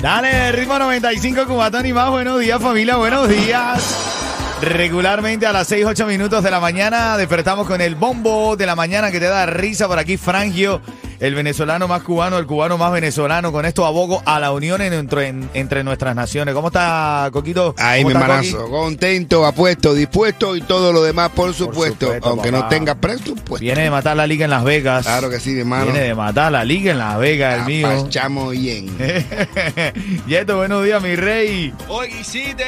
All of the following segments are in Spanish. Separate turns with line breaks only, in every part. Dale, ritmo 95 Cubatón y más. Buenos días, familia. Buenos días. Regularmente a las 6, 8 minutos de la mañana despertamos con el bombo de la mañana que te da risa por aquí, Frangio, el venezolano más cubano, el cubano más venezolano. Con esto abogo a la unión en- entre, en- entre nuestras naciones. ¿Cómo está, Coquito?
Ahí,
¿Cómo
mi
está,
manazo,
Coqui?
contento, apuesto, dispuesto y todo lo demás, por supuesto,
supuesto,
aunque
papá.
no tenga presupuesto.
Viene de matar la liga en Las Vegas.
Claro que sí, mi hermano.
Viene de matar la liga en Las Vegas, el mío.
Apachamos bien.
Eh.
Yeto, buenos días, mi rey.
Hoy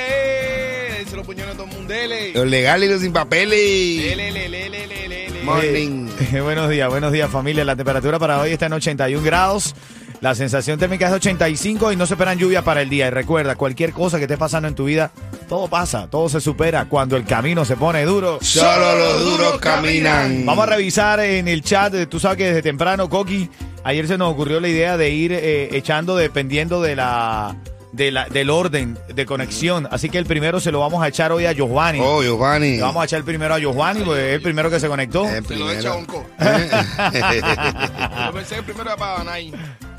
hiciste, se lo puñaron a todo el mundo. Dele,
Los legales y los sin papeles.
dele, dele, dele, dele.
Morning.
Eh, buenos días, buenos días familia. La temperatura para hoy está en 81 grados. La sensación térmica es de 85 y no se esperan lluvias para el día. Y recuerda, cualquier cosa que esté pasando en tu vida, todo pasa, todo se supera cuando el camino se pone duro.
Solo los duros caminan.
Vamos a revisar en el chat, eh, tú sabes que desde temprano, Coqui, ayer se nos ocurrió la idea de ir eh, echando dependiendo de la, de la- del orden de conexión. Así que el primero se lo vamos a echar hoy a Giovanni.
Oh, Giovanni.
Le vamos a echar primero a Giovanni, porque es el primero que se conectó.
Eh,
Se lo echa
primero.
a Onco.
Eh.
Yo pensé primero era para Danay.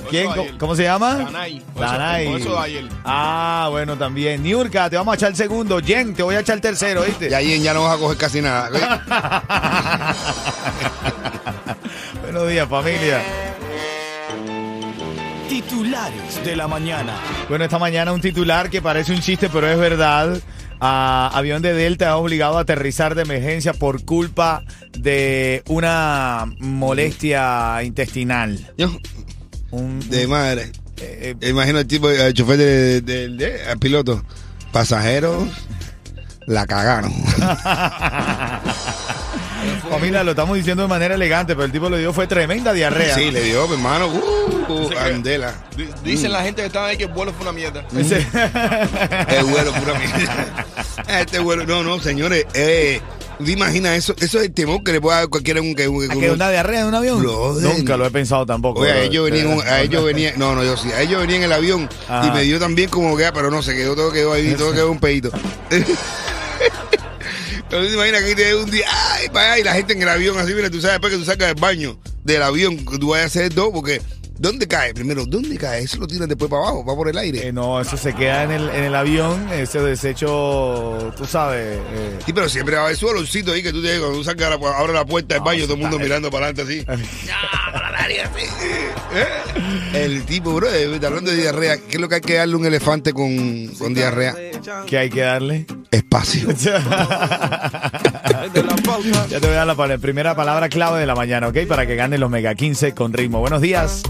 ¿Quién?
Eso
¿Cómo,
de ayer.
cómo se llama?
Danay. Eso-
Danay.
eso de ayer.
Ah, bueno, también. Niurka, te vamos a echar el segundo. Jen, te voy a echar el tercero, ¿viste?
y ahí ya no vas a coger casi nada.
Buenos días, familia. Titulares de la mañana. Bueno, esta mañana un titular que parece un chiste, pero es verdad. Ah, avión de Delta ha obligado a aterrizar de emergencia por culpa de una molestia intestinal.
Yo,
Un-
de madre.
eh, eh,
Imagino al tipo, al chofer del de, de- al piloto. Pasajeros, la cagaron.
Familia, oh, lo estamos diciendo de manera elegante, pero el tipo lo dio fue tremenda diarrea.
Sí, le dio, mi hermano. Uh,
Dice que-
Andela.
Di- Dicen
Mm.
la gente que estaba ahí que el vuelo fue una mierda.
Ese-
El vuelo, pura mierda. Este vuelo, no, no, señores. Eh, ¿Te imaginas eso? Eso es el temor que le puede dar cualquiera un que, un-
¿A que una diarrea en un avión?
Brother.
Nunca lo he pensado tampoco.
Oye, a
brother.
ellos venían, un- a ellos venían, no, no, yo sí, a ellos venían en el avión
Ajá.
y me dio también como que, ah, pero no, se quedó, todo quedó ahí, todo quedó un pedito. Pero tú te imaginas que te un día, ay, para allá, y la gente en el avión, así, mira, tú sabes, después que tú sacas del baño del avión, que tú vas a hacer dos, porque ¿dónde cae? Primero, ¿dónde cae? Eso lo tiran después para abajo, va por el aire.
Eh, no, eso se queda en el, en el avión, ese desecho, tú sabes. eh,
Sí, pero siempre va a haber su olorcito ahí que tú te digas, cuando tú sacas la, pu- abres la puerta del baño, todo el mundo mirando para adelante así. ¡Ah, para la nariz, así! ¿Eh? El tipo, bro, eh, hablando de diarrea, ¿qué es lo que hay que darle a un elefante con, con diarrea?
¿Qué hay que darle?
Espacio.
ya
De la pauta.
te voy a dar la pala- primera palabra clave de la mañana, ¿ok? Para que ganen los Mega 15 con ritmo. Buenos días.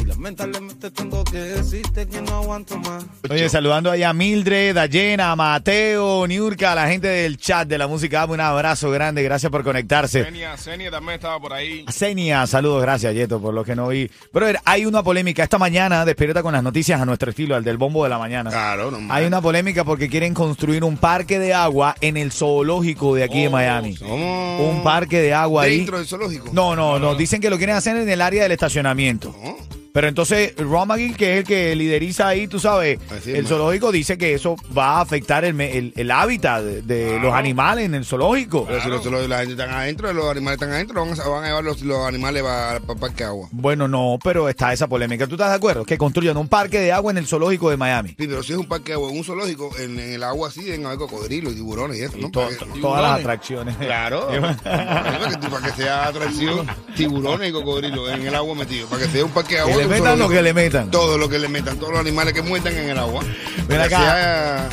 Y lamentablemente tengo que decirte que no aguanto más.
Oye, saludando ahí a Mildred, a Jenna, a Mateo, Niurka, a la gente del chat de la música. Dame Un abrazo grande, gracias por conectarse.
Senia, Senia también estaba por ahí.
Senia, saludos, gracias, Yeto, por lo que no vi. Brother, hay una polémica esta mañana, despierta con las noticias a nuestro estilo, al del bombo de la mañana.
Claro, no.
Hay una polémica porque quieren construir un parque de agua en el zoológico de aquí de Miami.
Oh, ¿Cómo?
Un parque de agua ahí.
¿Dentro del zoológico?
No, no, no, dicen que lo quieren hacer en el área del estacionamiento.
No.
Pero entonces, Ron McGill, que es el que lideriza ahí, tú sabes,
Así es,
el
man.
zoológico, dice que eso va a afectar el, me- el- el hábitat de, de los animales en el zoológico.
Pero si los, los- la gente están adentro, los animales están adentro, van a, van a llevar los, los animales para el parque de agua.
Bueno, no, pero está esa polémica. ¿Tú estás de acuerdo? Que construyan un parque de agua en el zoológico de Miami.
Sí, pero si es un parque de agua, un zoológico, en, en el agua sí deben haber cocodrilos y tiburones y eso, ¿no?
To-
Para
to-
que-
todas las atracciones.
Claro. para que tú- para que sea atracción, tiburones y cocodrilos en el agua metidos. Para que sea un parque de agua.
Que le
un
metan lo
zoológico.
que le metan.
Todo lo que le metan, todos los animales que muerdan en el agua.
Ven
Para que
acá.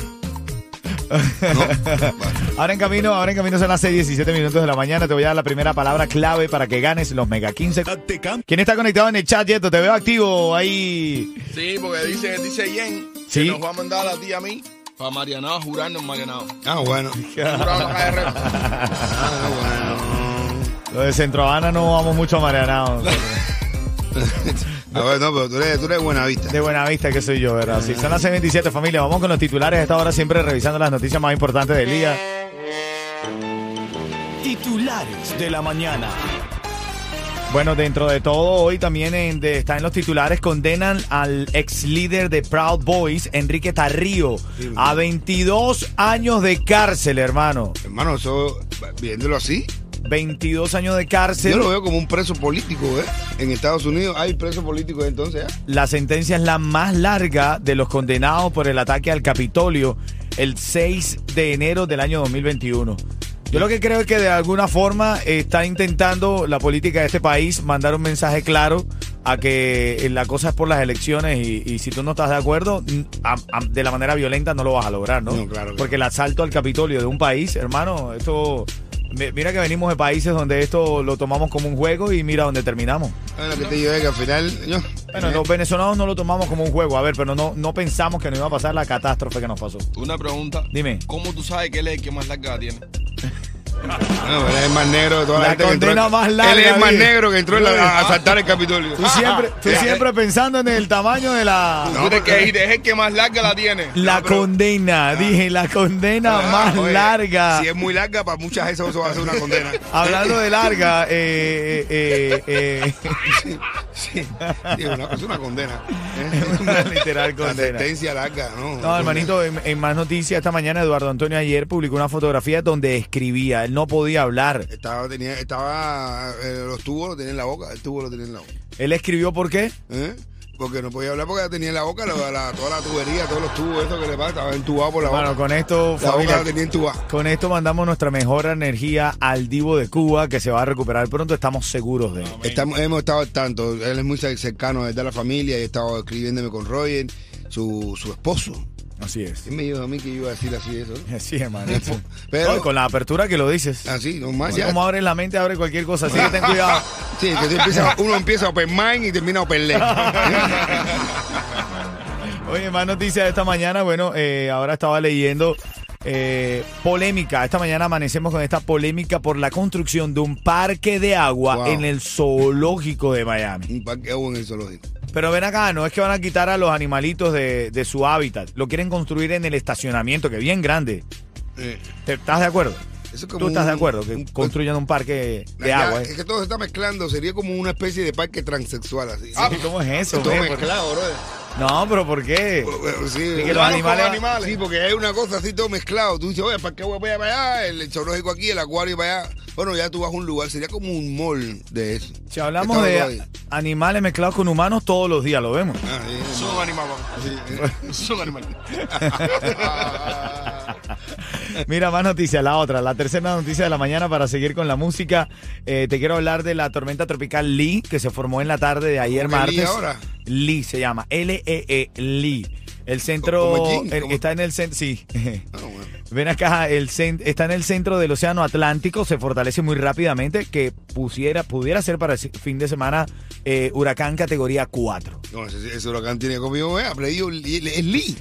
sea- No, va.
Ahora en camino, ahora en camino son las 6, 17 minutos de la mañana. Te voy a dar la primera palabra clave para que ganes los Mega 15. ¿Quién está conectado en el chat, Yeto? Te veo activo ahí.
Sí, porque dice, dice Jen
Sí.
que nos va a mandar a ti y a mí para Marianao, jurarnos en Marianao.
Ah, bueno.
Jurarnos acá de reto.
Ah, bueno.
Lo de Centro Habana no vamos mucho a mareanao.
A ver, no, pero tú eres, tú eres buena vista.
De buena vista que soy yo, ¿verdad? Sí, son las 6.27, familia. Vamos con los titulares. A esta hora siempre revisando las noticias más importantes del día.
Titulares de la mañana.
Bueno, dentro de todo, hoy también en- de- está en los titulares, condenan al ex líder de Proud Boys, Enrique Tarrío, a 22 años de cárcel, hermano.
Hermano, eso, viéndolo así,
22 años de cárcel.
yo lo veo como un preso político, ¿eh? En Estados Unidos hay presos políticos entonces, ¿eh?
La sentencia es la más larga de los condenados por el ataque al Capitolio el 6 de enero del año 2021. Yo lo que creo es que de alguna forma está intentando la política de este país mandar un mensaje claro a que eh, la cosa es por las elecciones y, y si tú no estás de acuerdo, mm, a- a- de la manera violenta no lo vas a lograr, ¿no?
No, claro que
Porque el asalto al Capitolio de un país, hermano, esto... mi- Mira que venimos de países donde esto lo tomamos como un juego y mira dónde terminamos.
Bueno, que te digo, eh, que al final, yo,
Bueno,
eh,
los venezolanos no lo tomamos como un juego, a ver, pero no, no pensamos que nos iba a pasar la catástrofe que nos pasó.
Una pregunta.
Dime.
¿Cómo tú sabes que él es el que más larga tiene?
Ah, bueno, pero es el más negro de toda la,
La
gente que entró.
condena más larga,
él es el más
David.
negro que entró en la- a asaltar el Capitolio.
Tú siempre, tú
Ah, Ya, eh.
siempre pensando en el tamaño de la,
¿Tú crees que es el que más larga la tiene? Ah,
la
no, pero-
condena, dije, la condena
ah,
más
oye,
larga.
Si es muy larga, para muchas eso, eso va a ser una condena.
Hablando de larga, eh, eh, eh, eh,
Sí, sí, es, una, es una condena.
Es una literal condena.
La sentencia larga, ¿no?
No, hermanito, en, en más noticias, esta mañana Eduardo Antonio ayer publicó una fotografía donde escribía, él no podía hablar.
Estaba, tenía, estaba eh, los tubos lo tenía en la boca, el tubo lo tenía en la boca.
Él escribió por qué?
¿eh? Porque no podía hablar porque tenía en la boca la- la- toda la tubería, todos los tubos, eso que le pasa, estaba entubado por la
Bueno,
boca.
con esto,
La boca
familia,
la tenía entubada.
Con esto mandamos nuestra mejor energía al Divo de Cuba, que se va a recuperar pronto, estamos seguros de él.
Estamos, hemos estado al tanto, él es muy cercano desde la familia, he estado escribiéndome con Roger, su, su esposo.
Así es.
Él me dijo a mí que iba a decir así eso. ¿no?
Así es, manito.
Pero-
No, y con la apertura que lo dices.
Así, nomás
Así
ya.
como abres la mente, abre cualquier cosa. Así que ten cuidado.
Sí, que tú empiezas- uno empieza open mind y termina open leg.
Oye, más noticias de esta mañana. Bueno, eh, ahora estaba leyendo eh, polémica. Esta mañana amanecemos con esta polémica por la construcción de un parque de agua
Wow.
en el zoológico de Miami.
Un parque de agua en el zoológico.
Pero ven acá, no es que van a quitar a los animalitos de, de su hábitat. Lo quieren construir en el estacionamiento, que es bien grande.
Eh,
¿Te- ¿Estás de acuerdo?
eso es como
¿Tú estás de
un-
acuerdo que
un- pues,
construyan un parque de
Ya,
agua?
Es
eh?
que todo se está mezclando, sería como una especie de parque transexual así. Ah,
Sí, ¿Cómo es eso?
todo
güey?
mezclado, bro.
No, pero ¿por qué?
Sí,
que los
claro,
animales-
como Sí, porque hay una cosa así todo mezclado. Tú dices, oye, ¿para qué voy para allá, para allá? El zoológico aquí, el acuario para allá. Bueno, ya tú vas a un lugar, sería como un mall de eso.
Si hablamos
Estaba
de
ahí.
a- animales mezclados con humanos, todos los días lo vemos.
Ah, sí,
Es un animal, papá. Es un animal.
Mira, más noticias, la otra, la tercera noticia de la mañana para seguir con la música. Eh, te quiero hablar de la tormenta tropical Lee, que se formó en la tarde de ayer
¿Cómo que
martes.
Lee ahora?
Lee se llama, L-E-E, Lee. El centro,
Como Jin,
el-
como-
está en el centro, sí.
Ah, bueno.
Ven acá, el cen- está en el centro del Océano Atlántico, se fortalece muy rápidamente, que pusiera, pudiera ser para el fin de semana eh, huracán categoría 4.
No, ese, ese huracán tiene conmigo, eh, aprendido, es Lee.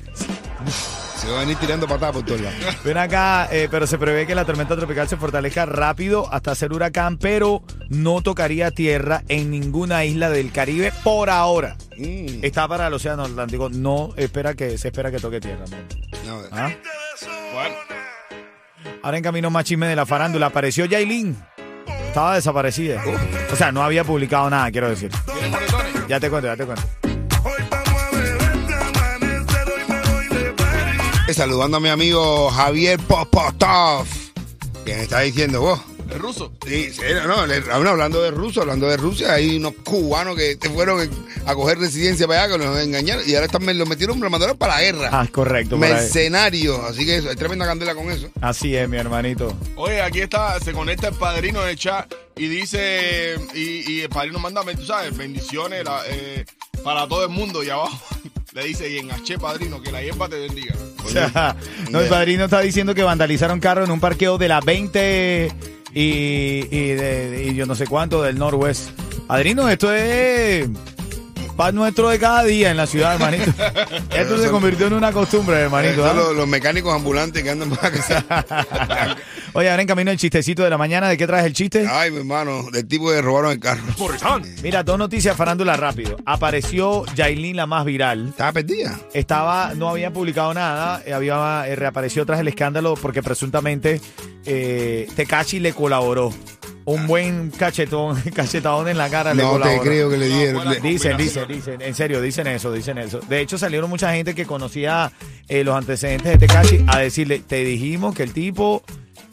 Se va a venir tirando patadas por todos lados.
Ven acá, eh, pero se prevé que la tormenta tropical se fortalezca rápido hasta ser huracán, pero no tocaría tierra en ninguna isla del Caribe por ahora.
Mm,
Está para el Océano Atlántico, no espera que se espera que toque tierra. man.
no,
¿Ah? Ahora en camino más chisme de la farándula, apareció Yailin. Estaba desaparecida. O sea, no había publicado nada, quiero decir.
¿Tiene moretones?
Ya te cuento, ya te cuento.
Eh, Saludando a mi amigo Javier Popotov, que me está diciendo vos.
El ruso.
Sí, sí, no, no, le- aún hablando de ruso, hablando de Rusia, hay unos cubanos que te fueron a coger residencia para allá, que nos engañaron, y ahora están, me los metieron, me los mandaron para la guerra.
Ah, correcto. por ahí.
Mercenarios, así que eso, hay tremenda candela con eso.
Así es, mi hermanito.
Oye, aquí está, se conecta el padrino de chat y dice, y, y el padrino manda, tú sabes, bendiciones la- eh, para todo el mundo y abajo. Le dice, y en H, padrino, que la hierba te bendiga.
O sea, no, el padrino está diciendo que vandalizaron carro en un parqueo de la 20 y, y de- y yo no sé cuánto del Norwest. Padrino, esto es pan nuestro de cada día en la ciudad, hermanito. Esto se convirtió en una costumbre, hermanito.
Son
¿ah?
los, los mecánicos ambulantes que andan para casa.
Oye, ahora en camino el chistecito de la mañana. ¿De qué traes el chiste?
Ay, mi hermano, del tipo que robaron el carro.
Mira, dos noticias farándula rápido. Apareció Yailin, la más viral.
Estaba perdida.
Estaba, no había publicado nada, eh, había, eh, reapareció tras el escándalo porque presuntamente eh, Tekashi le colaboró. Un buen cachetón, cachetadón en la cara le
No
colaboró.
te creo que le dieron.
buena-
Le-
Dicen, dicen, dicen, en serio, dicen eso, dicen eso. De hecho, salieron mucha gente que conocía eh, los antecedentes de Tekashi a decirle, te dijimos que el tipo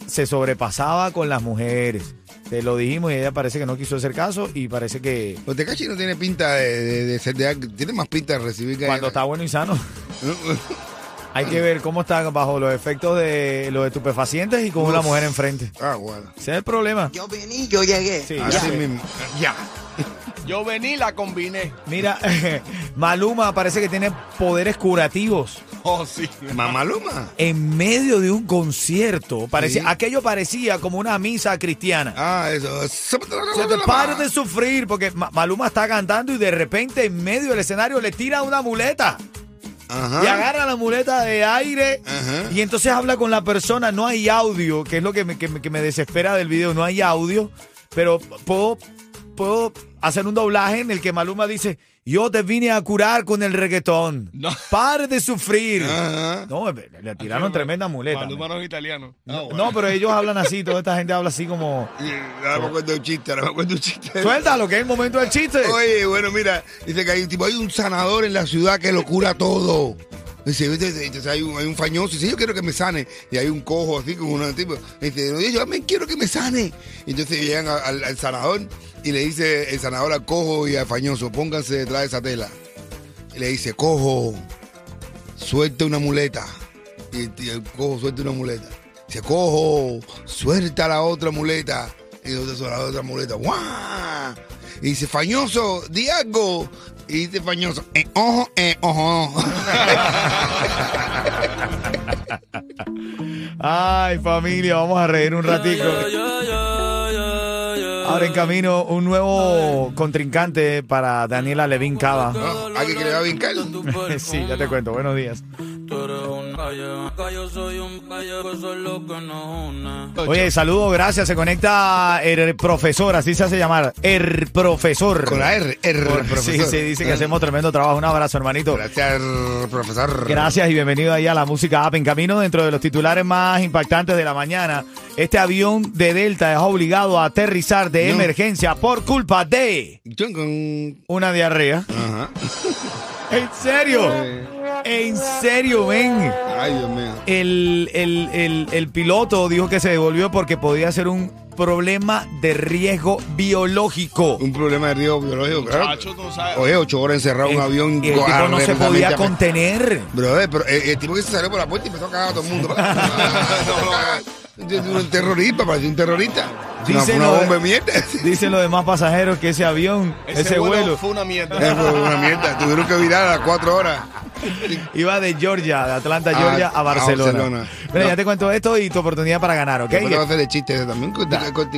se sobrepasaba con las mujeres. Te lo dijimos y ella parece que no quiso hacer caso y parece que
Pues Tecachi no tiene pinta de, de- de ser de algo- Tiene más pinta de recibir que.
cuando está bueno y sano. Hay que ver cómo está bajo los efectos de los estupefacientes y con una mujer enfrente.
Ah, bueno.
Ese es el problema.
Yo vení, yo llegué.
Sí, ya
Así
sé.
mismo.
Ya. Yo vení, la combiné.
Mira, Maluma parece que tiene poderes curativos.
Oh, sí.
Mamaluma.
En medio de un concierto, parecía,
Sí.
aquello parecía como una misa cristiana.
Ah, eso.
Se
Se
te para de sufrir porque Ma- Maluma está cantando y de repente en medio del escenario le tira una muleta.
Ajá.
y agarra la muleta de aire
Ah. Ajá.
y entonces habla con la persona. No hay audio, que es lo que me, que me- que me desespera del video. No hay audio, pero puedo, puedo hacer un doblaje en el que Maluma dice: Yo te vine a curar con el reggaetón.
No.
Pare de sufrir.
Ajá.
No, le- le tiraron tremenda muleta.
Maluma
man.
no es italiano. Ah,
No,
bueno.
no, pero ellos hablan así, toda esta gente habla así como.
Y Ahora
Ah.
me acuerdo de un chiste, ahora me acuerdo de un chiste.
Suéltalo, que es el momento del chiste.
Oye, bueno, mira, dice que hay un tipo, hay un sanador en la ciudad que lo cura todo. Dice, viste, dice, dice, hay, un, hay un fañoso, dice, yo quiero que me sane. Y hay un cojo así como un tipo. Dice, "No, yo también quiero que me sane. Y entonces llegan a- al, al sanador y le dice el sanador al cojo y al fañoso, pónganse detrás de esa tela. Y le dice, cojo, suelta una muleta. Y, el- y el cojo suelta una muleta. Dice, cojo, suelta la otra muleta. Y entonces suelta la otra muleta. ¡Guau! Y dice, fañoso, di algo. Y dice, fañoso, eh, ojo, eh, ojo.
Ay, familia, vamos a reír un ratico. Ahora en camino un nuevo contrincante para Daniela Levin Cava.
Ah, Alguien que le va a vincar.
Sí, ya te cuento. Buenos días. Oye, saludo, gracias. Se conecta el profesor, así se hace llamar. El profesor.
Con la R, R,
Sí,
profesor.
sí, dice que hacemos tremendo trabajo. Un abrazo, hermanito.
Gracias, profesor.
Gracias y bienvenido ahí a la música app en camino dentro de los titulares más impactantes de la mañana. Este avión de Delta es obligado a aterrizar de
No.
emergencia por culpa de
Chun, chun.
una diarrea.
Ajá.
¿En serio? ¿En serio, ven?
Ay, Dios mío.
El, el- el- el piloto dijo que se devolvió porque podía ser un problema de riesgo biológico.
Un problema de riesgo biológico, claro.
Chacho, tú sabes.
Oye, ocho horas encerrado en un avión.
el tipo no se podía contener.
Brother, pero eh, el tipo que se salió por la puerta y empezó a cagar a todo el mundo. Ah, no, no, un terrorista, parecía un terrorista.
Dice
una,
lo-
una bomba de mierda. Eh,
Dicen los demás pasajeros que ese avión, ese,
Ese, vuelo,
vuelo
fue una mierda.
Eh, fue una mierda. Tuvieron que virar a las cuatro horas.
Iba de Georgia, de Atlanta, Georgia,
Ah, A-
a,
a
Barcelona.
Barcelona.
Mira,
No.
ya te cuento esto y tu oportunidad para ganar, ¿ok?
¿Qué? a hacer el chiste ese también. Conti- conti-